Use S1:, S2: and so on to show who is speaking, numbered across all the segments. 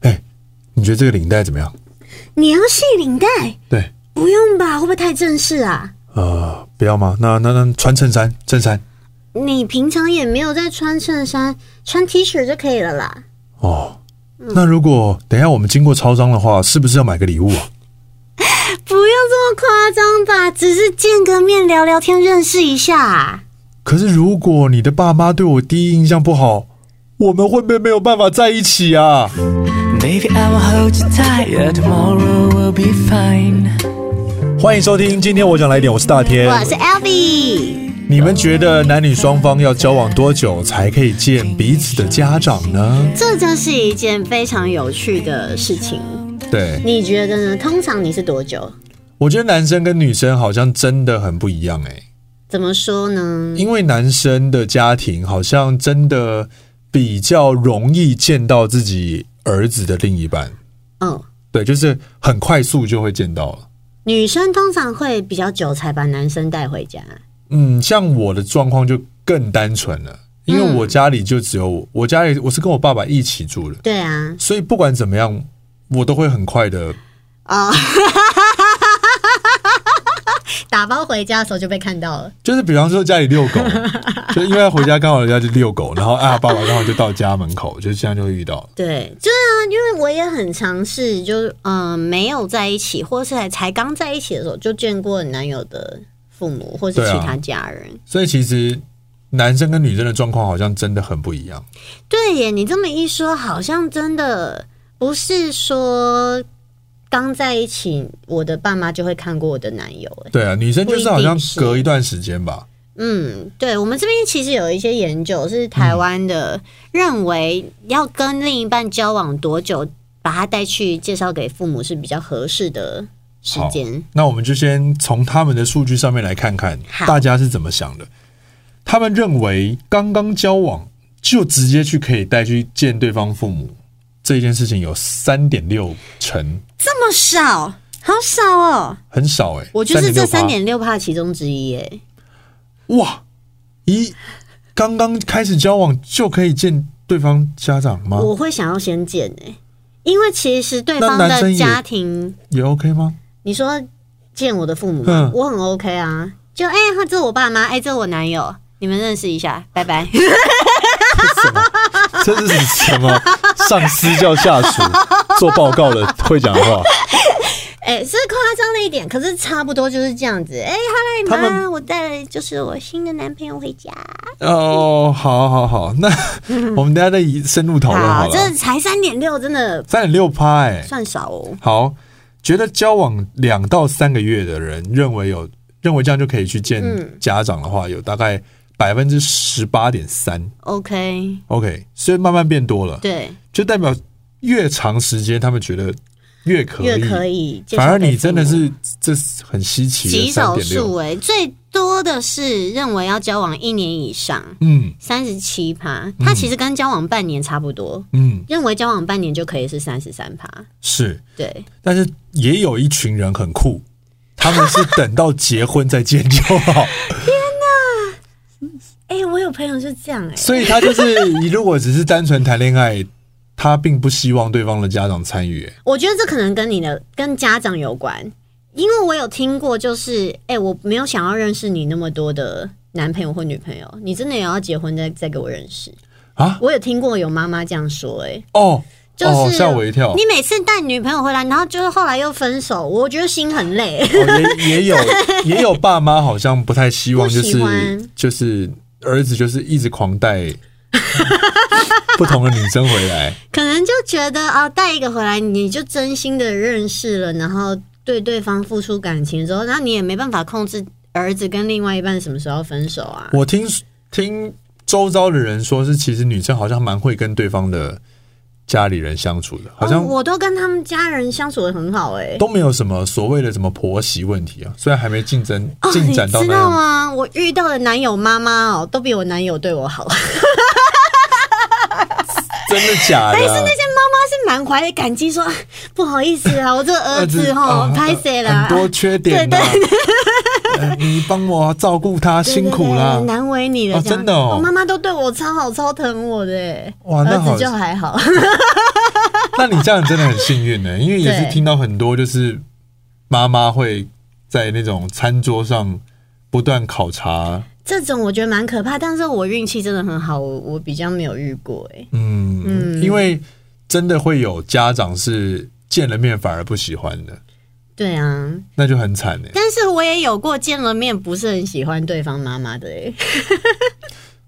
S1: 哎觉得这个领带怎么样？
S2: 你要系领带？
S1: 对，
S2: 不用吧，会不会太正式啊？
S1: 呃，不要吗？那那那穿衬衫，衬衫
S2: 你平常也没有在穿衬衫，穿 T 恤就可以了啦。
S1: 哦。那如果等一下我们经过超商的话，是不是要买个礼物啊？
S2: 不用这么夸张吧，只是见个面聊聊天，认识一下、啊。
S1: 可是如果你的爸妈对我第一印象不好，我们会不会没有办法在一起啊？
S3: Maybe I will hold you tight, yeah, tomorrow will be fine.
S1: 欢迎收听，今天我想来一点，我是大天。
S2: 我是 Elvi，
S1: 你们觉得男女双方要交往多久才可以见彼此的家长呢？
S2: 这就是一件非常有趣的事情。
S1: 对，
S2: 你觉得呢？通常你是多久？
S1: 我觉得男生跟女生好像真的很不一样哎诶、
S2: 怎么说呢？
S1: 因为男生的家庭好像真的比较容易见到自己儿子的另一半，
S2: 哦，
S1: 对，就是很快速就会见到了。
S2: 女生通常会比较久才把男生带回家。
S1: 嗯，像我的状况就更单纯了，因为我家里就只有我，我家里我是跟我爸爸一起住的，
S2: 对啊，
S1: 所以不管怎么样，我都会很快的
S2: 哦，打包回家的时候就被看到了。
S1: 就是比方说家里遛狗，就因为他回家刚好人家就遛狗，然后啊爸爸刚好就到家门口，就这样就会遇到了。
S2: 对，就是啊，因为我也很尝试，就是嗯、呃没有在一起，或是才刚在一起的时候，就见过男友的父母或是
S1: 对
S2: 其
S1: 啊
S2: 他家人。
S1: 所以其实男生跟女生的状况好像真的很不一样。
S2: 对耶，你这么一说，好像真的不是说刚在一起，我的爸妈就会看过我的男友。哎，
S1: 对啊，女生就是好像
S2: 不一定是
S1: 隔一段时间吧。
S2: 嗯，对我们这边其实有一些研究是台
S1: 嗯
S2: 湾的，认为要跟另一半交往多久，把他带去介绍给父母是比较合适的时
S1: 好
S2: 间。
S1: 那我们就先从他们的数据上面来看看
S2: 好
S1: 大家是怎么想的。他们认为刚刚交往就直接去可以带去见对方父母这件事情有三点六成，
S2: 这么少，好少哦！
S1: 很少哎、
S2: 我就是这
S1: 3.6%
S2: 三点六帕其中之一耶。
S1: 哇，一刚刚开始交往就可以见对方家长吗？
S2: 我会想要先见哎，因为其实对
S1: 那
S2: 方
S1: 男生
S2: 的
S1: 也
S2: 家庭，
S1: 也 OK 吗？
S2: 你说见我的父母吗
S1: 嗯？
S2: 我很 OK 啊，就哎、他这我爸妈，哎、这我男友，你们认识一下，拜拜。
S1: 什么？这是什么？上司叫下属做报告的会讲话？
S2: 哎、是夸张了一点，可是差不多就是这样子。哎、哈
S1: 他
S2: 来
S1: 们
S2: 妈，我带了就是我新的男朋友回家。
S1: 哦，好好好， 那我们大家再深入讨论好了。
S2: 这才三点六，真的
S1: 三点六趴，哎、
S2: 算少哦。
S1: 好，觉得交往两到三个月的人认为有认为这样就可以去
S2: 嗯
S1: 见家长的话，有大概百分之十八点三。
S2: OK，
S1: OK，所以慢慢变多了，
S2: 对，
S1: 就代表越长时间他们觉得越可以，
S2: 越可以介绍给父母。
S1: 反而你真的是这是很稀奇
S2: 极
S1: 的三
S2: 少
S1: 点六
S2: 数，哎，最多的是认为要交往一年以上，
S1: 嗯
S2: 三十七趴，它其实跟交往半年差不多，
S1: 嗯，
S2: 认为交往半年就可以是三十三趴，
S1: 是，
S2: 对，
S1: 但是也有一群人很酷，他们是等到结婚再见就 好，
S2: 哎、我有朋友是这样、哎，
S1: 所以他就是你如果只是单纯谈恋爱，他并不希望对方的家长参与，
S2: 我觉得这可能跟你的跟家长有关，因为我有听过，就是哎、我没有想要认识你那么多的男朋友或女朋友，你真的也要结婚再再给我认识
S1: 啊
S2: 我有听过有妈妈这样说、哎，
S1: 哦，
S2: 就是
S1: 哦吓我一跳，
S2: 你每次带女朋友回来，然后就是后来又分手，我觉得心很累。
S1: 哦也也有也有爸妈好像不太希望，就
S2: 不喜
S1: 是
S2: 欢
S1: 就是儿子就是一直狂 带不同的女生回来，
S2: 可能就觉得啊，带一个回来，你就真心的认识了，然后对对方付出感情之后，那你也没办法控制儿子跟另外一半什么时候要分手啊。
S1: 我听听周遭的人说是，其实女生好像蛮会跟对方的家里人相处的，好像
S2: 哦、我都跟他们家人相处的很好哎、
S1: 都没有什么所谓的什么婆媳问题啊。虽然还没竞争
S2: 哦，
S1: 进展到
S2: 你知
S1: 那
S2: 道
S1: 样，
S2: 吗？我遇到的男友妈妈哦，都比我 男友对我好。但
S1: 真的假的
S2: 是
S1: 啊
S2: 哎那？些妈妈是满怀的感激说啊不好意思啊，我这个儿子
S1: 啊
S2: 哦拍谁啦，
S1: 很多缺点啦
S2: 对对，
S1: 呃你帮我照顾他，
S2: 对
S1: 辛苦
S2: 对
S1: 啦
S2: 对。难为你了，
S1: 哦
S2: 这样
S1: 真的哦
S2: 我妈妈都对我超好，超疼我的欸，
S1: 哇那好
S2: 儿子就还好，
S1: 那你这样真的很幸运呢，因为也是
S2: 对
S1: 听到很多就是妈妈会在那种餐桌上不断考察，
S2: 这种我觉得蛮可怕，但是我运气真的很好，我我比较没有遇过哎，
S1: 嗯，
S2: 嗯
S1: 因为真的会有家长是见了面反而不喜欢的，
S2: 对啊，
S1: 那就很惨呢。
S2: 但是我也有过见了面不是很喜欢对方妈妈的哎。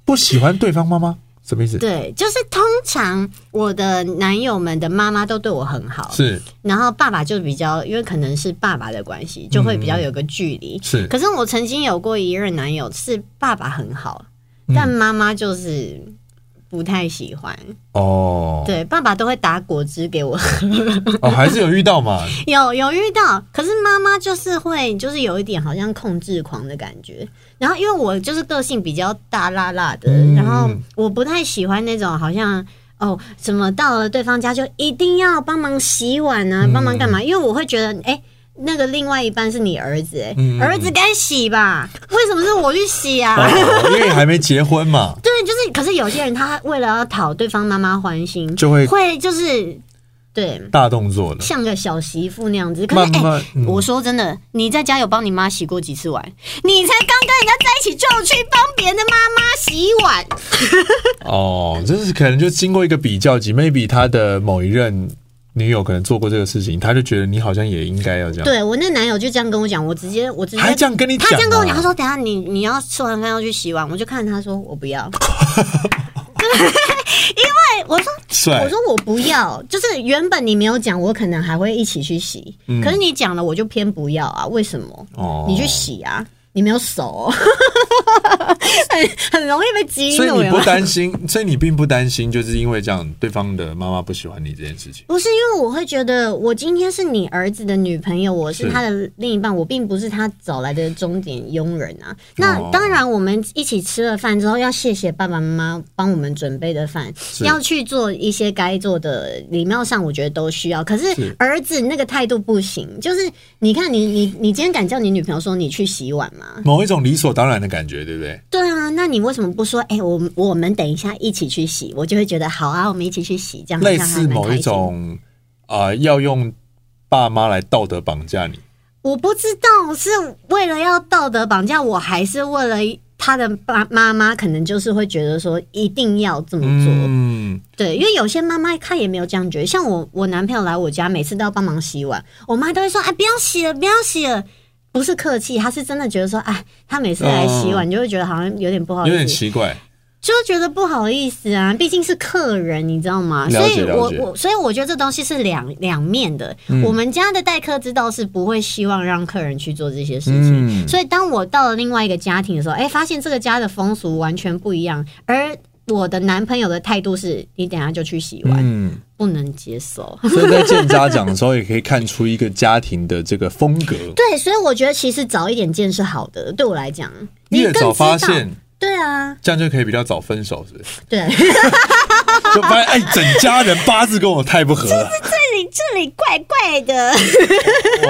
S1: 不喜欢对方妈妈什么意思？
S2: 对，就是通常我的男友们的妈妈都对我很好，
S1: 是
S2: 然后爸爸就比较，因为可能是爸爸的关系，就
S1: 嗯
S2: 会比较有个距离。
S1: 是
S2: 可是我曾经有过一任男友是爸爸很好，
S1: 嗯
S2: 但妈妈就是不太喜欢。
S1: 哦，
S2: 对，爸爸都会打果汁给我喝，
S1: 哦，还是有遇到 嘛？
S2: 有有遇到，可是妈妈就是会就是有一点好像控制狂的感觉。然后因为我就是个性比较大辣辣的，
S1: 嗯
S2: 然后我不太喜欢那种好像。哦，怎么到了对方家就一定要帮忙洗碗
S1: 嗯
S2: 啊，帮忙干嘛？因为我会觉得，哎、那个另外一半是你儿子、哎、
S1: 嗯
S2: 儿子该洗吧？为什么是我去洗啊？
S1: 哦，因为还没结婚嘛，
S2: 对，就是，可是有些人他为了要讨对方妈妈欢心，
S1: 就会
S2: 会就是对，
S1: 大动作了。
S2: 像个小媳妇那样子。可
S1: 慢
S2: 是哎、
S1: 慢，嗯
S2: 我说真的，你在家有帮你妈洗过几次碗？你才刚跟人家在一起就去帮别人的妈妈洗碗，
S1: 哦，这是可能就经过一个比较级，maybe 他的某一任女友可能做过这个事情，他就觉得你好像也应该要这样，，
S2: 对我那男友就这样跟我讲，我直接我直接
S1: 还这样跟你讲、
S2: 他
S1: 啊，
S2: 这样跟我讲，他说等一下你你要吃完饭要去洗碗，我就看他说我不要，因为我说
S1: 帅，
S2: 我说我不要，就是原本你没有讲，我可能还会一起去洗，
S1: 嗯
S2: 可是你讲了，我就偏不要啊，为什么？
S1: 哦
S2: 你去，洗啊，你没有手、哦， 很很容易被激
S1: 所以
S2: 怒，
S1: 你
S2: 有没
S1: 不
S2: 有？
S1: 担心，所以你并不担心，就是因为这样对方的妈妈不喜欢你这件事情，
S2: 不是因为我会觉得，我今天是你儿子的女朋友，我
S1: 是
S2: 是他的另一半，我并不是他找来的钟点佣人啊。那
S1: 哦
S2: 当然，我们一起吃了饭之后，要谢谢爸爸妈妈帮我们准备的饭，要去做一些该做的，礼貌上我觉得都需要。可
S1: 是
S2: 是儿子那个态度不行，就是你看你你你今天敢叫你女朋友说你去洗碗吗？
S1: 某一种理所当然的感觉，对不对？
S2: 对啊，那你为什么不说？哎、我们我们等一下一起去洗，我就会觉得好啊，我们一起去洗，这样
S1: 类
S2: 好像还
S1: 似
S2: 蛮
S1: 某一
S2: 开心。
S1: 种啊、呃要用爸妈来道德绑架你，
S2: 我不知道是为了要道德绑架我，还是为了他的爸妈妈，可能就是会觉得说一定要这么做。
S1: 嗯，
S2: 对，因为有些妈妈她也没有这样觉得，像我我男朋友来我家，每次都要帮忙洗碗，我妈都会说：“哎，不要洗了，不要洗了。”不是客气，她是真的觉得说：“哎，她每次来洗碗，就会觉得好像有点不好
S1: 嗯
S2: 意
S1: 有
S2: 思。
S1: 点奇怪，
S2: 就觉得不好意思啊，毕竟是客人，你知道吗？
S1: 了
S2: 所
S1: 解
S2: 以
S1: 了
S2: 我
S1: 解嗯
S2: 我所以我觉得这东西是两两面的。我们家的待客之道是不会希望让客人去做这些事情。
S1: 嗯，
S2: 所以当我到了另外一个家庭的时候，哎、发现这个家的风俗完全不一样，而我的男朋友的态度是：你等一下就去洗碗，
S1: 嗯。
S2: 不能接受。
S1: 所以在见家长的时候，也可以看出一个家庭的这个风格。
S2: 对，所以我觉得其实早一点见是好的，对我来讲，你
S1: 越
S2: 更
S1: 早
S2: 知道
S1: 发现，，
S2: 对啊，
S1: 这样就可以比较早分手，是不是？
S2: 对。
S1: 就发现哎，整家人八字跟我太不合 了。
S2: 这里这里怪怪的。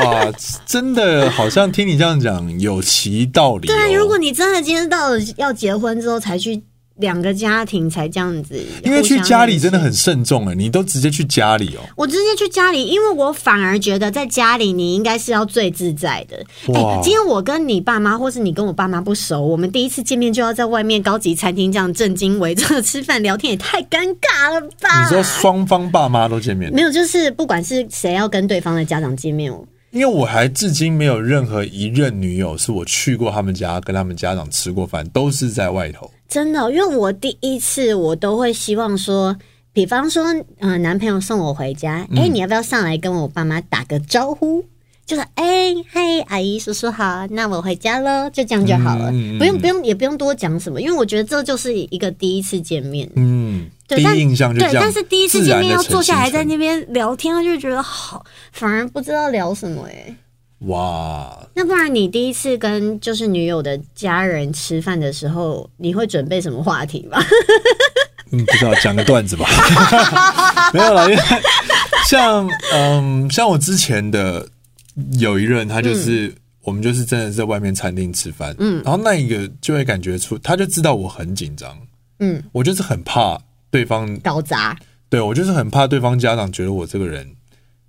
S1: 哇，真的好像听你这样讲有其道理、哦。
S2: 对啊，如果你真的今天到了要结婚之后才去两个家庭才这样子，
S1: 因为去
S2: 互相
S1: 家里真的
S2: 认识。
S1: 很慎重哎，你都直接去家里哦。
S2: 我直接去家里，因为我反而觉得在家里你应该是要最自在的。哎、
S1: 哇
S2: 今天我跟你爸妈，或是你跟我爸妈不熟，我们第一次见面就要在外面高级餐厅这样正襟危坐地吃饭聊天，也太尴尬了吧？
S1: 你说双方爸妈都见面了
S2: 啊没，有，就是不管是谁要跟对方的家长见面，我
S1: 因为我还至今没有任何一任女友是我去过他们家跟他们家长吃过饭，都是在外头。
S2: 真的哦、因为我第一次我都会希望说，比方说，嗯、男朋友送我回家，
S1: 嗯
S2: 哎、你要不要上来跟我爸妈打个招呼？就是哎，嗨，阿姨叔叔好，那我回家喽，就这样就好了，
S1: 嗯嗯嗯
S2: 不用不用也不用多讲什么，因为我觉得这就是一个第一次见面。
S1: 嗯，
S2: 对
S1: 第
S2: 但
S1: 一印象就
S2: 对
S1: 这，样。
S2: 但是第一次
S1: 自
S2: 见
S1: 然
S2: 面
S1: 地
S2: 要
S1: 呈
S2: 坐下来
S1: 现
S2: 在
S1: 成
S2: 那边聊天，就觉得好，反而不知道聊什么哎、
S1: 哇，
S2: 那不然你第一次跟就是女友的家人吃饭的时候，你会准备什么话题吗？
S1: 嗯，不知道讲个段子吧，没有了，因为 像嗯，像我之前的有一任，他就是、
S2: 嗯
S1: 我们就是真的是在外面餐厅吃饭，嗯，然后那一个就会感觉出，他就知道我很紧张，
S2: 嗯，
S1: 我就是很怕对方，
S2: 搞砸，
S1: 对我就是很怕对方家长觉得我这个人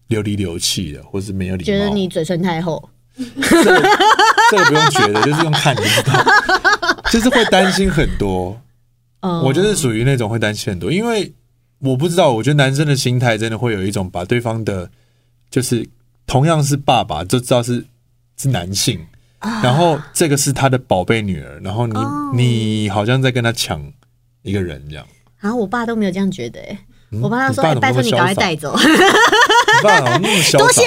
S1: 流里流气的，或是没有礼貌，
S2: 觉得你嘴唇太厚，
S1: 这个不用觉得，就是用看就知道， 就是会担心很多。
S2: 嗯，
S1: 我就是属于那种会担心很多，因为我不知道，我觉得男生的心态真的会有一种把对方的，就是同样是爸爸，就知道是是男性，
S2: 啊
S1: 然后这个是他的宝贝女儿，然后你、
S2: 哦
S1: 你好像在跟他抢一个人这样，嗯
S2: 啊，我爸都没有这样觉得、欸，我爸他说，
S1: 你爸怎么
S2: 哎、拜
S1: 那么
S2: 托你赶快
S1: 潇洒啊
S2: 带走，
S1: 你爸好像那么潇洒，
S2: 多谢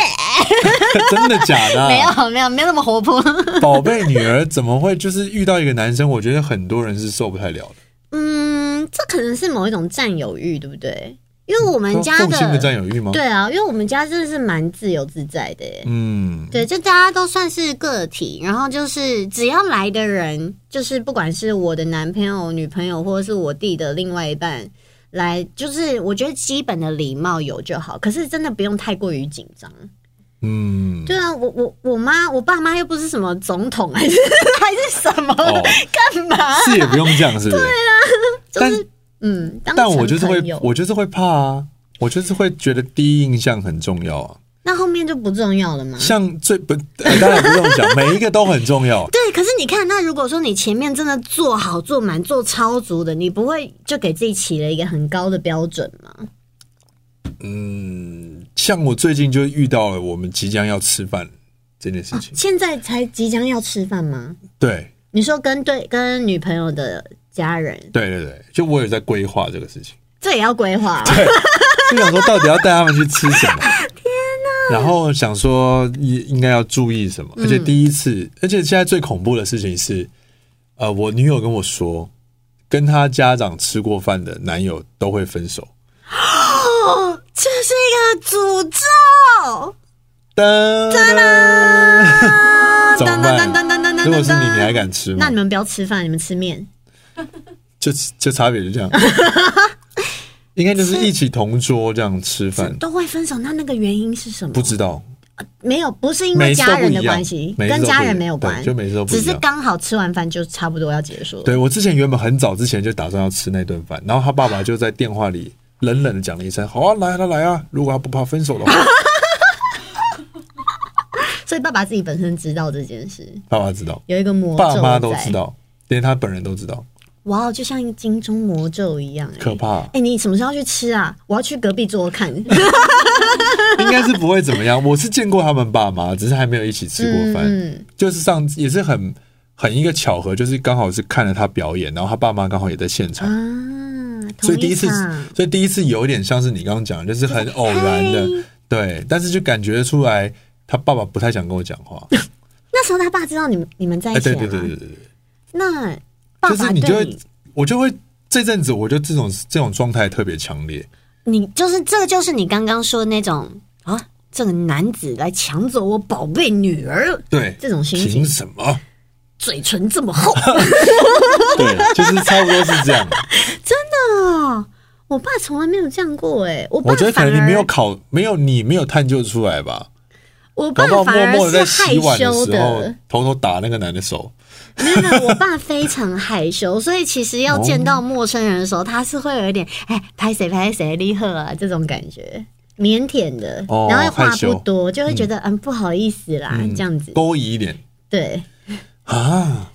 S1: 真的假的啊、
S2: 没有没有没有那么活泼，
S1: 宝贝女儿怎么会就是遇到一个男生？我觉得很多人是受不太了的，
S2: 嗯，这可能是某一种占有欲，对不对？因为我们家
S1: 嗯奉性的占有欲吗？
S2: 对，啊，因为我们家真的是蛮自由自在的耶。
S1: 嗯，
S2: 对，就大家都算是个体，然后就是只要来的人，就是不管是我的男朋友、女朋友，或者是我弟的另外一半，来，就是我觉得基本的礼貌有就好，可是真的不用太过于紧张。
S1: 嗯，
S2: 对啊，我我我妈我爸妈又不是什么总统还是还是什么，
S1: 哦，
S2: 干嘛？
S1: 是也不用这样，是不是？ 对啊，但
S2: 嗯，当
S1: 但我
S2: 成
S1: 就是会
S2: 朋友，
S1: 我就是会怕啊，我就是会觉得第一印象很重要啊。
S2: 那后面就不重要了吗？
S1: 像最不，呃当然不用讲，每一个都很重要。
S2: 对，可是你看，那如果说你前面真的做好、做满、做超足的，你不会就给自己起了一个很高的标准吗？
S1: 像我最近就遇到了我们即将要吃饭这件事情，
S2: 现在才即将要吃饭吗？
S1: 对
S2: 你说跟对跟女朋友的家人，
S1: 对对对，就我有在规划这个事情，
S2: 这也要规划啊、
S1: 就想说到底要带他们去吃 什么。然后想说应应该要注意什么，而
S2: 嗯
S1: 且第一次，而且现在最恐怖的事情是，呃，我女友跟我说，跟她家长吃过饭的男友都会分手。
S2: 哦，这是一个诅咒！
S1: 噔噔，怎么办如果是你，你还敢吃
S2: 那
S1: 吗
S2: 你？们不要吃饭，你们吃面。
S1: 就就差别就 这样，应该就是一起同桌这样吃饭，
S2: 都会分手，那那个原因是什么？
S1: 不知道
S2: 没有，不是因
S1: 每
S2: 为
S1: 一次都
S2: 家
S1: 不
S2: 人的
S1: 一样
S2: 关系，
S1: 每一次
S2: 跟
S1: 都
S2: 家
S1: 不一
S2: 人
S1: 样
S2: 没有
S1: 对
S2: 关，
S1: 就每次都不
S2: 只
S1: 一
S2: 是
S1: 样。
S2: 刚好吃完饭就差不多要结束了。
S1: 对我之前原本很早之前就打算要吃那顿饭，然后他爸爸就在电话里冷冷的讲了一 声：“好啊，来啊来啊！如果他不怕分手的话，
S2: 所以爸爸自己本身知道这件事，
S1: 爸爸知道，
S2: 有一个魔咒，
S1: 爸妈都知。道，连他本人都知道，
S2: 哇，就像金钟魔咒一样、欸，
S1: 可怕
S2: 哎、你什么时候要去吃啊？我要去隔壁桌看。
S1: 应该是不会怎么样。我是见过他们爸妈，只是还没有一起吃过饭。
S2: 嗯，
S1: 就是上也是很很一个巧合，就是刚好是看了他表演，然后他爸妈刚好也在现场，
S2: 啊，
S1: 所以第一次
S2: 同场，
S1: 所以第一次有点像是你刚刚讲的，就是很偶然 的
S2: 嗨，
S1: 对，但是就感觉出来他爸爸不太想跟我讲话，哎、
S2: 那时候他爸知道你们你们在一起
S1: 对
S2: 了吗、
S1: 哎对对对对对，
S2: 那爸
S1: 就是
S2: 爸
S1: 你就
S2: 啊
S1: 会
S2: 对你，
S1: 我就会这阵子我就这种这种状态特别强烈，
S2: 你就是这个就是你刚刚说的那种啊，这个男子来抢走我宝贝女儿，
S1: 对，
S2: 这种心情
S1: 凭什 么？
S2: 嘴唇这 么厚。
S1: 对，就是差不多是这 样。
S2: 哦，我爸从来没有这样过哎、我爸
S1: 我觉得可
S2: 反
S1: 能你
S2: 而
S1: 没有考，没有你没有探究出来吧。
S2: 我
S1: 搞
S2: 爸
S1: 不好
S2: 反
S1: 默默
S2: 而
S1: 的在
S2: 是
S1: 洗
S2: 害
S1: 碗的
S2: 羞
S1: 时候
S2: 的，，
S1: 偷偷打那个男的手。
S2: 没有，没有，我爸非常害羞，所以其实要见
S1: 哦
S2: 到陌生人的时候，他是会有一点哎拍谁拍谁厉害啊这种感觉，腼腆的，
S1: 哦
S2: 然后又话
S1: 害羞嗯
S2: 不多，就会觉得嗯不好意思啦、这样子，
S1: 多疑一点
S2: 对
S1: 啊！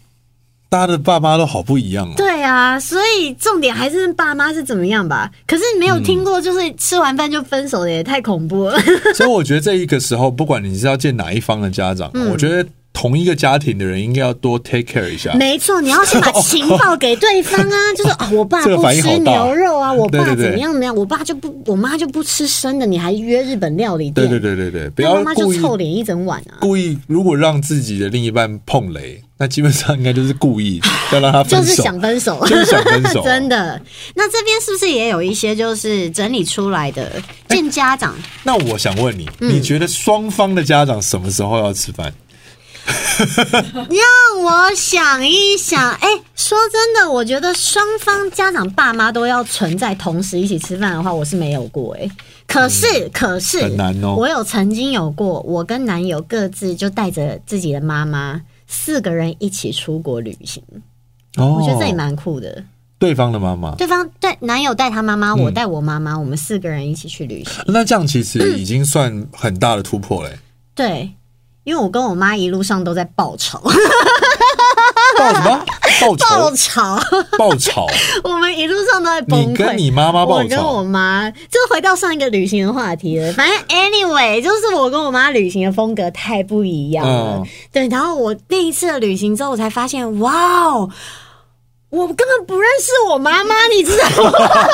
S1: 大家的爸妈都好不一 样哦。
S2: 对啊，所以重点还是爸妈是怎么样吧，可是没有听过就是吃完饭就分手的也太恐怖了，
S1: 所以我觉得这一个时候，不管你是要见哪一方的家长，啊
S2: 嗯
S1: 我觉得同一个家庭的人应该要多 take care 一下。
S2: 没错，你要先把情 报给对方啊，就是啊，我爸
S1: 这个
S2: 不
S1: 反应
S2: 吃
S1: 好大
S2: 牛肉啊，我爸
S1: 对对对
S2: 怎么样怎么样，我爸就不，我妈就不吃生的，你还约日本料理
S1: 对
S2: 店，
S1: 对对对对，不
S2: 那
S1: 要
S2: 妈妈就
S1: 故意
S2: 臭脸一整晚啊，
S1: 故意，如果让自己的另一半碰雷，那基本上应该就是故意要让他
S2: 就
S1: 分
S2: 是
S1: 手。
S2: 想分手，
S1: 就是想分手
S2: 真的。那这边是不是也有一些就是整理出来的
S1: 哎
S2: 见家长？
S1: 那我想问你，
S2: 嗯
S1: 你觉得双方的家长什么时候要吃饭？
S2: 让我想一想，哎、说真的，我觉得双方家长爸妈都要存在同时一起吃饭的话，我是没有过哎、可是，可是
S1: 嗯很难哦
S2: 我有曾经有过，我跟男友各自就带着自己的妈妈，四个人一起出国旅行，
S1: 哦，
S2: 我觉得这也蛮酷的。
S1: 对方的妈妈。
S2: 对方带男友带他妈
S1: 嗯
S2: 妈，我带我妈妈，我们四个人一起去旅行。
S1: 那这样其实已经算很大的突破 嘞、
S2: 对，因为我跟我妈一路上都在爆吵，
S1: 报什么？报仇？
S2: 爆吵，
S1: 报吵？
S2: 我们一路上都在崩
S1: 你
S2: 溃。
S1: 跟你妈妈报
S2: 我跟我
S1: 仇？
S2: 妈，这回到上一个旅行的话题了。反正 anyway，就是我跟我妈旅行的风格太不一样了。
S1: 嗯
S2: 对，然后我那一次的旅行之后，我才发现，哇哦，我根本不认识我 妈妈，你知道吗？然后 我妈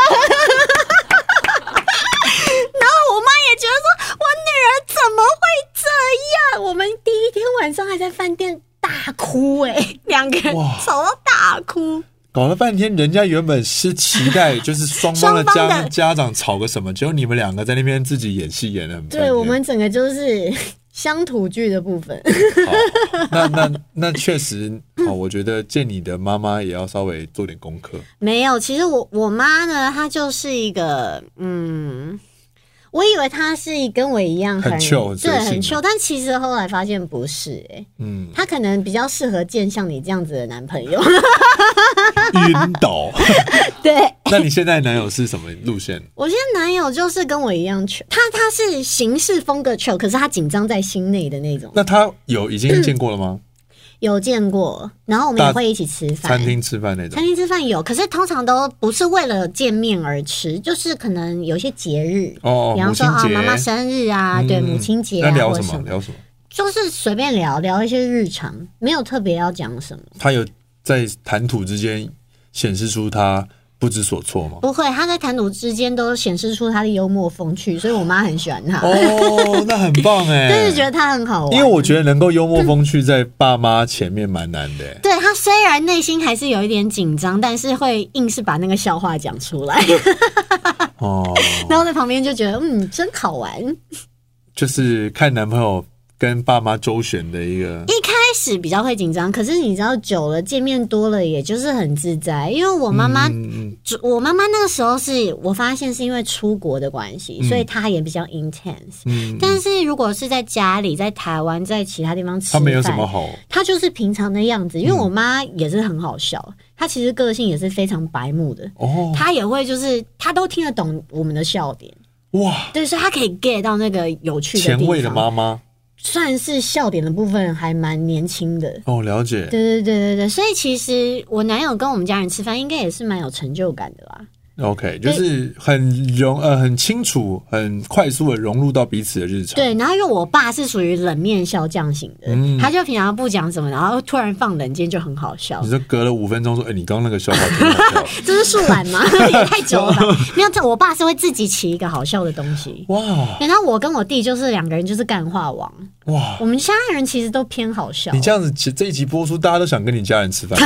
S2: 也觉得说，我女儿怎么会这样？我们第一天晚上还在饭店大哭、哎，两个人
S1: 哇
S2: 吵到大哭。
S1: 搞了半天，人家原本是期待就是双方的
S2: 双
S1: 家
S2: 方的
S1: 家长吵个什么，结果你们两个在那边自己演戏演的很。
S2: 对我们整个就是 乡土剧的部分。
S1: 好 那那那确实，好，我觉得见你的妈妈也要稍微做点功课。
S2: 没有，其实我我妈呢，她就是一个嗯，我以为她是跟我一样
S1: 很 chill，很随
S2: 对，
S1: 性
S2: 很
S1: 的
S2: chill，但其实后来发现不是、欸， ，
S1: 嗯
S2: 她可能比较适合见像你这样子的男朋友。
S1: 晕倒。
S2: 对
S1: 那你现在男友是什么路线？
S2: 我现在男友就是跟我一样 chill，他他是行事风格 chill，可是他紧张在心内的那种。
S1: 那他有已经见过了
S2: 嗯
S1: 吗？
S2: 有见过，然后我们
S1: 大
S2: 也会一起吃饭，
S1: 餐厅吃饭那种
S2: 餐？厅吃饭有，可是通常都不是为了见面而吃，就是可能有一些节日，
S1: 哦
S2: 比方说
S1: 母
S2: 啊、
S1: 亲节
S2: 妈妈生日啊，对，
S1: 嗯
S2: 母亲节啊，
S1: 那聊
S2: 或者
S1: 什么？聊什么？
S2: 就是随便聊聊一些日常，没有特别要讲什么。
S1: 他有在谈吐之间显示出他不知所措吗？
S2: 不会，他在谈吐之间都显示出他的幽默风趣，所以我妈很喜欢他，
S1: 哦，那很 棒哎！
S2: 就是觉得他很嗯好玩。
S1: 因为我觉得能够幽默风趣在爸妈前面蛮难的欸。
S2: 对他虽然内心还是有一点紧张，但是会硬是把那个笑话讲出来，嗯
S1: 哦，
S2: 然后在旁边就觉得嗯，真好玩。
S1: 就是看男朋友跟爸妈周旋的一个
S2: 一开始比较会紧张，可是你知道久了见面多了，也就是很自在。因为我妈妈，
S1: 嗯
S2: 主我妈妈那个时候是我发现是因为出国的关系，所以她也比较 intense。
S1: 嗯，
S2: 但是如果是在家里，在台湾，在其他地方吃
S1: 他
S2: 饭，
S1: 没有什么好
S2: 她就是平常的样子。因为我妈也是很好笑，她其实个性也是非常白目的，
S1: 哦，
S2: 她也会就是她都听得懂我们的笑点，
S1: 哇，
S2: 对，所以她可以 get 到那个有趣的地
S1: 前
S2: 方。
S1: 卫的妈妈
S2: 算是笑点的部分还蛮年轻的。
S1: 哦，了解。
S2: 对对对对对，所以其实我男友跟我们家人吃饭，应该也是蛮有成就感的啦。
S1: OK，就是很融呃很清楚、很快速的融入到彼此的日常。
S2: 对，然后因为我爸是属于冷面笑匠型的，
S1: 嗯
S2: 他就平常不讲什么，然后突然放冷箭就很好笑
S1: 你。就隔了五分钟说：“哎、你刚刚那个笑话挺好笑。
S2: 这是树懒吗？也太久了吧。没有，这我爸是会自己起一个好笑的东西”。
S1: 哇
S2: 然后我跟我弟就是两个人就是干话王，
S1: 哇！
S2: 我们家人其实都偏好笑
S1: 你。这样子，其这一集播出，大家都想跟你家人吃饭。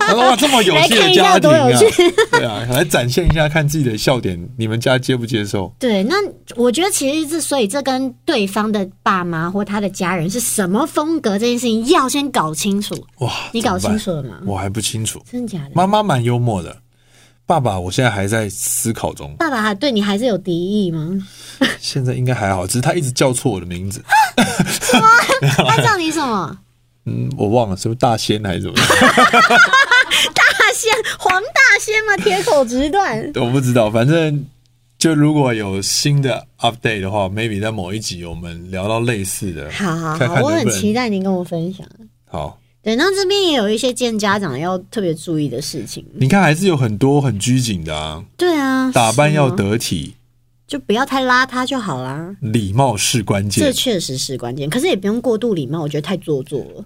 S1: 他说哇，这么有趣的家
S2: 来看一下
S1: 庭
S2: 多
S1: 啊
S2: 有！
S1: 对啊，来展现一下，看自己的笑点，你们家接不接受？
S2: 对，那我觉得其实之所以这跟对方的爸妈或他的家人是什么风格这件事情，要先搞清楚。
S1: 哇，
S2: 你搞
S1: 怎么
S2: 清
S1: 办
S2: 楚了吗？
S1: 我还不清楚。
S2: 真的假的？
S1: 妈妈蛮幽默的，爸爸我现在还在思考中，
S2: 爸爸还对你还是有敌 意吗？
S1: 现在应该还好，只是他一直叫错我的名字。
S2: 他叫你什么？
S1: 嗯，我忘了是不是大仙还是什么？
S2: 大仙，黄大仙吗？铁口直断。
S1: 我不知道，反正就如果有新的 update 的话，maybe 在某一集我们聊到类似的，
S2: 好好
S1: 看
S2: 好，
S1: 看
S2: 我
S1: 能
S2: 很
S1: 不能
S2: 期。待您跟我分享。
S1: 好，
S2: 对，那这边也有一些见家长要特别注意的事情。
S1: 你看还是有很多很拘谨的啊，
S2: 对啊，
S1: 打扮要
S2: 是吗，
S1: 得体，
S2: 就不要太邋遢就好啦。
S1: 礼貌是关
S2: 这
S1: 键。
S2: 确实是关键，可是也不用过度礼貌，我觉得太做作了。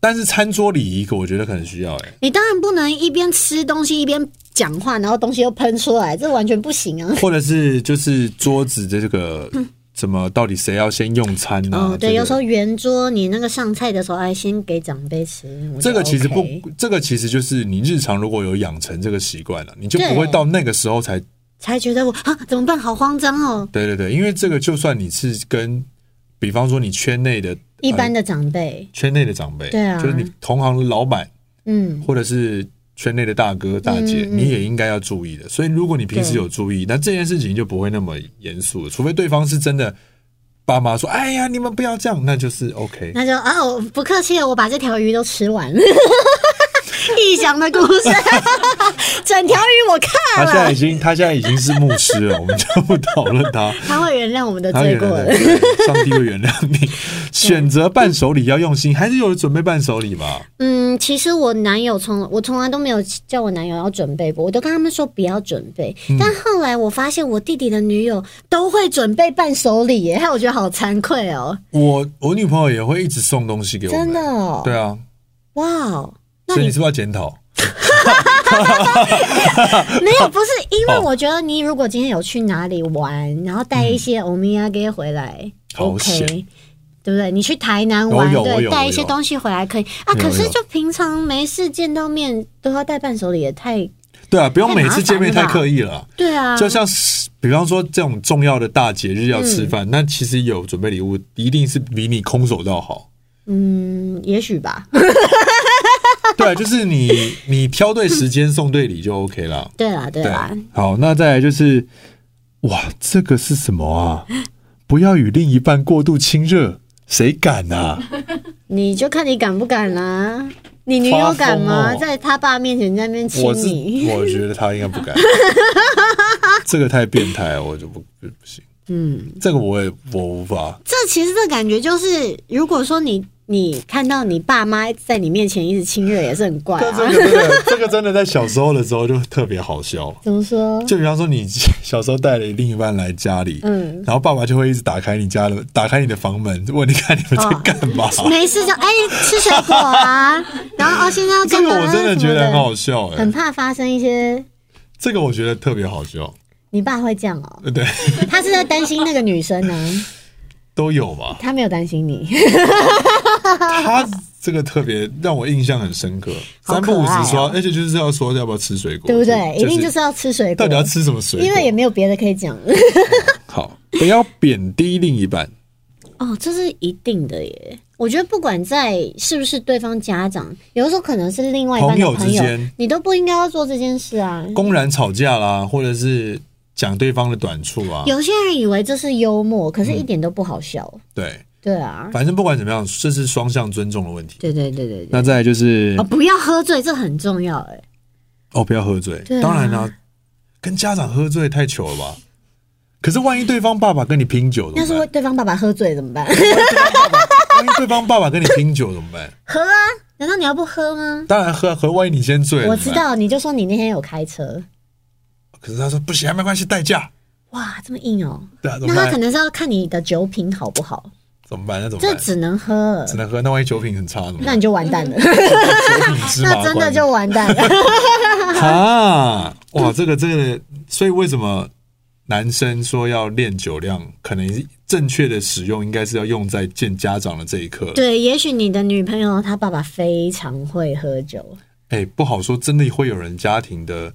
S1: 但是餐桌礼仪，我觉得可能需要哎、
S2: 你当然不能一边吃东西一边讲话，然后东西又喷出来，这完全不行啊！
S1: 或者是就是桌子的这个怎么到底谁要先用餐呢、
S2: 嗯哦，对，
S1: 啊这个
S2: 有时候圆桌你那个上菜的时候，哎，先给长辈吃。我觉
S1: 这
S2: 得
S1: 个其实不
S2: OK，
S1: 这个其实就是你日常如果有养成这个习惯了，你就不
S2: 对
S1: 会到那个时候才
S2: 才觉得我啊怎么办，好慌张哦。
S1: 对对对，因为这个就算你是跟，比方说你圈内的
S2: 一般
S1: 呃
S2: 的长辈，
S1: 圈内的长辈，
S2: 对啊
S1: 就是你同行的老板
S2: 嗯，
S1: 或者是圈内的大哥大姐，你也应该要注意的。所以如果你平时有注意，那这件事情就不会那么严肃了，除非对方是真的。爸妈说：“哎呀，你们不要这样，那就是 OK。
S2: 那就啊，我不客气了，我把这条鱼都吃完 了。异想的故 事，整条鱼我”
S1: 他
S2: 看
S1: 现在
S2: 了
S1: 已，经，他现在已经是牧师了，我们就不讨论他。
S2: 他会原谅我们的
S1: 他
S2: 罪
S1: 原
S2: 过
S1: 谅
S2: 的。
S1: 你， 对上帝会原谅你。选择伴手礼要用心，还是有人准备伴手礼吧？
S2: 嗯，其实我男友从我从来都没有叫我男友要准备过，我都跟他们说不要准备。
S1: 嗯
S2: 但后来我发现我弟弟的女友都会准备伴手礼耶，害我觉得好惭愧哦，
S1: 我我女朋友也会一直送东西给我们，
S2: 真的、哦。
S1: 对啊，
S2: 哇哦，那
S1: 所以
S2: 你
S1: 你是不是要检讨？
S2: 没有，不是因为
S1: 哦
S2: 我觉得你如果今天有去哪里玩，然后带一些欧米亚给回来、
S1: 嗯好
S2: o k
S1: 险
S2: 对不对？你去台南
S1: 我
S2: 玩，
S1: 有我
S2: 对，
S1: 有
S2: 带
S1: 我
S2: 一些
S1: 有
S2: 东西回来可以啊。
S1: 有
S2: 可是
S1: 有
S2: 就平常没事见到面都要带伴手礼，也太
S1: 对啊，不用
S2: 太麻
S1: 每次见面太
S2: 烦了吧
S1: 刻意了啊。
S2: 对啊。
S1: 就像是比方说这种重要的大节日要吃饭，那其实有准备礼物，一定是比你空手道好。
S2: 嗯，也许 吧。
S1: 对啊，就是你你挑对时间送对礼就 OK 啦。
S2: 对啦，对啊啦，
S1: 好，那再来就是，哇，这个是什么 啊？不要与另一半过度亲热，谁敢啊？
S2: 你就看你敢不敢啦、你女友敢吗？
S1: 发疯哦
S2: 在他爸面前在那边亲
S1: 我是
S2: 你，
S1: 我觉得他应该不 敢，这个太变态了，我就不不行。
S2: 嗯，
S1: 这个我也我无法，
S2: 这其实这感觉就是，如果说你你看到你爸妈在你面前一直亲热，也是很怪、
S1: 但
S2: 啊
S1: 这。个真的，这个真的在小时候的时候就特别好笑。
S2: 怎么说？
S1: 就比方说，你小时候带了另一半来家里，
S2: 嗯
S1: 然后爸爸就会一直打开你家的，打开你的房门，问你看你们在
S2: 哦
S1: 干嘛。
S2: 没事就哎、吃水果 啊，然后哦现在要
S1: 这
S2: 干
S1: 个
S2: 嘛、啊？
S1: 我真的觉得很好
S2: 什
S1: 笑、
S2: 么的
S1: 哎，
S2: 很怕发生一些。
S1: 这个我觉得特别好笑，
S2: 你爸会这样 哦，
S1: 对，
S2: 他是在担心那个女生呢、
S1: 都有吧。
S2: 他没有担 心你。
S1: 他这个特别让我印象很深刻，
S2: 好
S1: 三
S2: 可爱
S1: 不
S2: 哦
S1: 五时说，而且就是要说要不要吃水果，
S2: 对不对？一定就是是要吃水果
S1: 到，底要吃什么水果？
S2: 因为也没有别的可以讲。
S1: 好，不要贬低另一半。
S2: 哦，这是一定的耶。我觉得不管在是不是对方家长，有的时候可能是另外一半的
S1: 朋
S2: 朋
S1: 友
S2: 友，
S1: 之间
S2: 你都不应该要做这件事啊。
S1: 公然吵架啦，或者是讲对方的短处啊，
S2: 有些人以为这是幽默，可是
S1: 嗯
S2: 一点都不好笑。
S1: 对，
S2: 对啊，
S1: 反正不管怎么样，这是双向尊重的问题。
S2: 对对对对对。
S1: 那再来就是
S2: 哦，不要喝醉，这很重要哎。
S1: 哦，不要喝醉
S2: 对啊，
S1: 当然啦、跟家长喝醉太糗了吧？可是万一对方爸爸跟你拼酒
S2: 要
S1: 怎
S2: 是
S1: 么
S2: 为
S1: 办？
S2: 对方爸爸喝醉怎么 办？
S1: 万一对方爸爸跟你拼酒怎么办？
S2: 喝啊？难道你要不喝吗？
S1: 当然喝啊，可万一你先醉了，
S2: 我知。道，你就说你那天有开车。
S1: 可是他说不行，没关系，代驾。
S2: 哇，这么硬哦！
S1: 对啊，怎
S2: 那
S1: 么
S2: 他可
S1: 办？
S2: 能是要看你的酒品好不好，
S1: 怎么办？那怎么
S2: 这
S1: 办？
S2: 只能喝，
S1: 只能喝，那万一酒品很差怎么
S2: 那
S1: 办？
S2: 你就完蛋了，
S1: 酒品芝麻
S2: 那
S1: 官
S2: 真的就完蛋 了。
S1: 啊，哇，这个这个，所以为什么男生说要练酒量，可能正确的使用应该是要用在见家长的这一刻。，
S2: 对，也许你的女朋友她爸爸非常会喝酒，
S1: 哎，不好说，真的会有人家庭的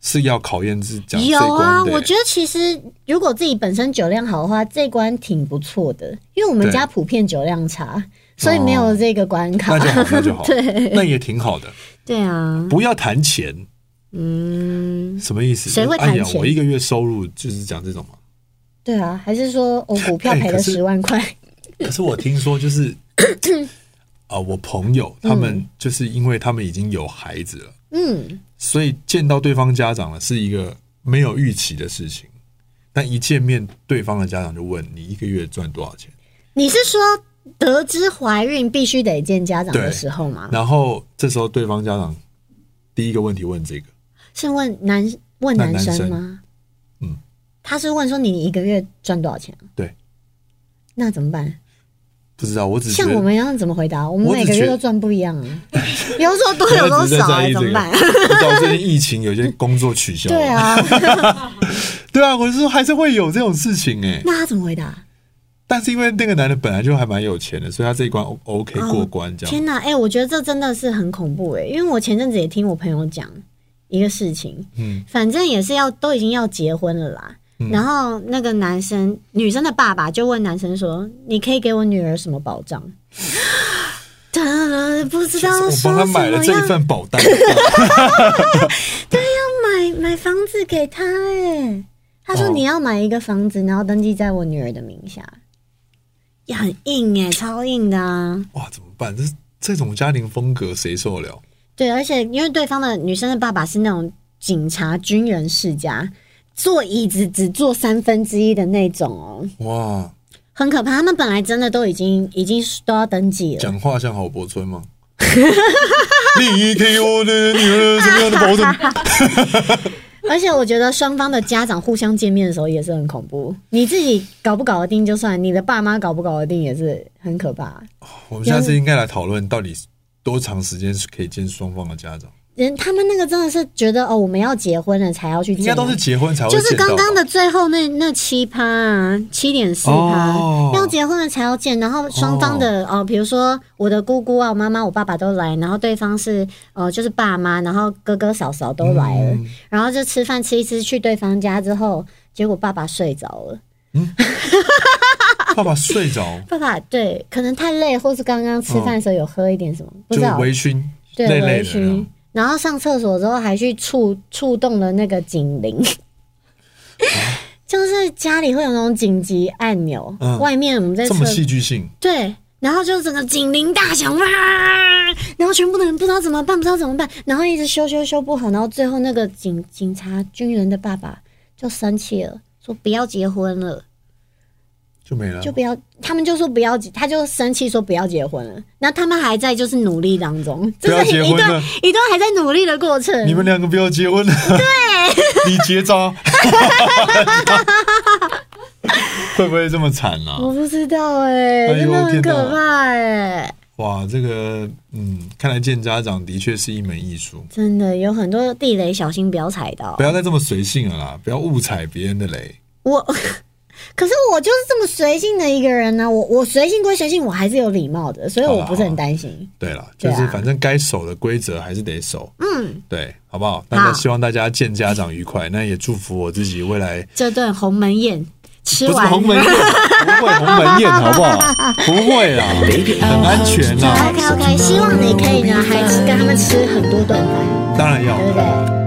S1: 是要考验自讲这一
S2: 有啊，
S1: 关的。
S2: 我觉得其实如果自己本身酒量好的话，这关挺不错的，因为我们
S1: 对
S2: 家普遍酒量差，所以没有这个关卡。
S1: 那就好， 那就好，对，那也挺好的。
S2: 对啊，
S1: 不要谈钱，
S2: 嗯，
S1: 什么意思？
S2: 谁会谈
S1: 哎呀，
S2: 钱
S1: 我一个月收入就是讲这种嘛。
S2: 对啊，还是说 我股票
S1: 哎
S2: 赔
S1: 可
S2: 了
S1: 是
S2: 十万块，
S1: 可是我听说就是， 啊、我朋友他们就是因为他们已经有孩子了。
S2: 嗯，
S1: 所以见到对方家长了是一个没有预期的事情。但一见面，对方的家长就问你一个月赚多少钱，
S2: 你是说得知怀孕必须得见家长的
S1: 对
S2: 时候吗？
S1: 然后这时候对方家长第一个问题问这个，
S2: 是问男问
S1: 男
S2: 男
S1: 男
S2: 生
S1: 生
S2: 吗？
S1: 嗯，
S2: 他是问说你一个月赚多少钱啊、
S1: 对，
S2: 那怎么办？
S1: 不知道，我只是
S2: 像我们一样怎么回答？我们
S1: 我只
S2: 每个
S1: 觉
S2: 月
S1: 得
S2: 都赚不一 样啊，有时候多有时候
S1: 我只是在
S2: 少、
S1: 在
S2: 欸，
S1: 意
S2: 怎
S1: 这
S2: 么
S1: 个
S2: 办？，
S1: 不知道最近疫 情有些工作取消，
S2: 对， 啊，
S1: 对啊，我是说还是会有这种事情哎、
S2: 那他怎么回答？
S1: 但是因为那个男的本来就还蛮有钱的，所以他这一关 O OK
S2: 哦
S1: 过关这样。
S2: 天哪，哎、我觉得这真的是很恐怖哎、因为我前阵子也听我朋友讲一个事情，
S1: 嗯，
S2: 反正也是要都已经要结婚了啦。然后那个男生女生的爸爸就问男生说：“你可以给我女儿什么保障？”呃不知道
S1: 我
S2: 说
S1: 帮他
S2: 什么
S1: 买了这一
S2: 要
S1: 份保单，
S2: 买买房子给他哎、他说
S1: 哦
S2: 你要买一个房子，然后登记在我女儿的名下，也很硬哎、超硬的啊。
S1: 哇，怎么办？这这种家庭风格谁受得了？
S2: 对，而且因为对方的女生的爸爸是那种警察、军人世家，坐椅子只坐三分之一的那种哦，
S1: 哇，
S2: 很可怕。他们本来真的都已经已经都要登记了，
S1: 讲话像郝柏 村吗？你给我的女儿什么样的保 证？
S2: 而且我觉得双方的家长互相见面的时候也是很恐怖。你自己搞不搞得定就算，你的爸妈搞不搞得定也是很可怕。
S1: 我们下次应该来讨论到底多长时间是可以见双方的家长，
S2: 人他们那个真的是觉得哦，我们要结婚了才要去见
S1: 应
S2: 啊，
S1: 该都是结婚才会
S2: 就
S1: 见
S2: 是
S1: 到吧
S2: 刚刚的最后那那七趴啊，七点四趴
S1: 哦，
S2: 要结婚了才要见，然后双方的哦、呃比如说我的姑姑啊、我妈妈、我爸爸都来，然后对方是呃就是爸妈，然后哥哥嫂嫂都来了，
S1: 嗯
S2: 然后就吃饭吃一吃，去对方家之后，结果爸爸睡着了，
S1: 爸爸睡着
S2: 爸爸对可能太累，或是刚刚吃饭的时候有喝一点什么，不
S1: 哦就
S2: 知道
S1: 微醺，
S2: 对
S1: 累累
S2: 微
S1: 的这样
S2: 醺。然后上厕所之后还去触触动了那个警铃， 就是家里会有那种紧急按钮，
S1: 啊嗯
S2: 外面我们在
S1: 这
S2: 厕
S1: 么戏剧性，
S2: 对，然后就整个警铃大响哇，然后全部的人不知道怎么办，不知道怎么办，然后一直修修修不好，然后最后那个警警察军人的爸爸就生气了，说不要结婚了。
S1: 就没了
S2: 就。不要，他们就说不要结，他就生气说不要结婚了。那他们还在就是努力当中，
S1: 不要
S2: 这是
S1: 结
S2: 一
S1: 婚了
S2: 段一段还在努力的过程。
S1: 你们两个不要结婚了，嗯对，你结 扎，会不会这么惨啊？
S2: 我不知道
S1: 哎
S2: 哎、
S1: 呦
S2: 真的很
S1: 天哪
S2: 可怕哎、
S1: 哇，这个嗯，看来见家长的确是一门艺术，
S2: 真的有很多地雷，小心不要踩到
S1: 不。要再这么随性了啦，不要误踩别人的雷。
S2: 我， 可是我就是这么随性的一个人呢、啊我我随性归随性，我还是有礼貌的，所以我不是很担心。
S1: 对了，
S2: 对
S1: 就
S2: 啊
S1: 是反正该守的规则还是得守，
S2: 嗯，
S1: 对，好不好？大家
S2: 好
S1: 希望大家见家长愉快，那也祝福我自己未来
S2: 这顿鸿门宴吃
S1: 不是
S2: 完，
S1: 鸿门宴，不会鸿门宴，好不 好？不会啦，很安全啦，
S2: OK OK，希望你可以呢，还跟他们吃很多顿饭，
S1: 当然要
S2: 对。不对？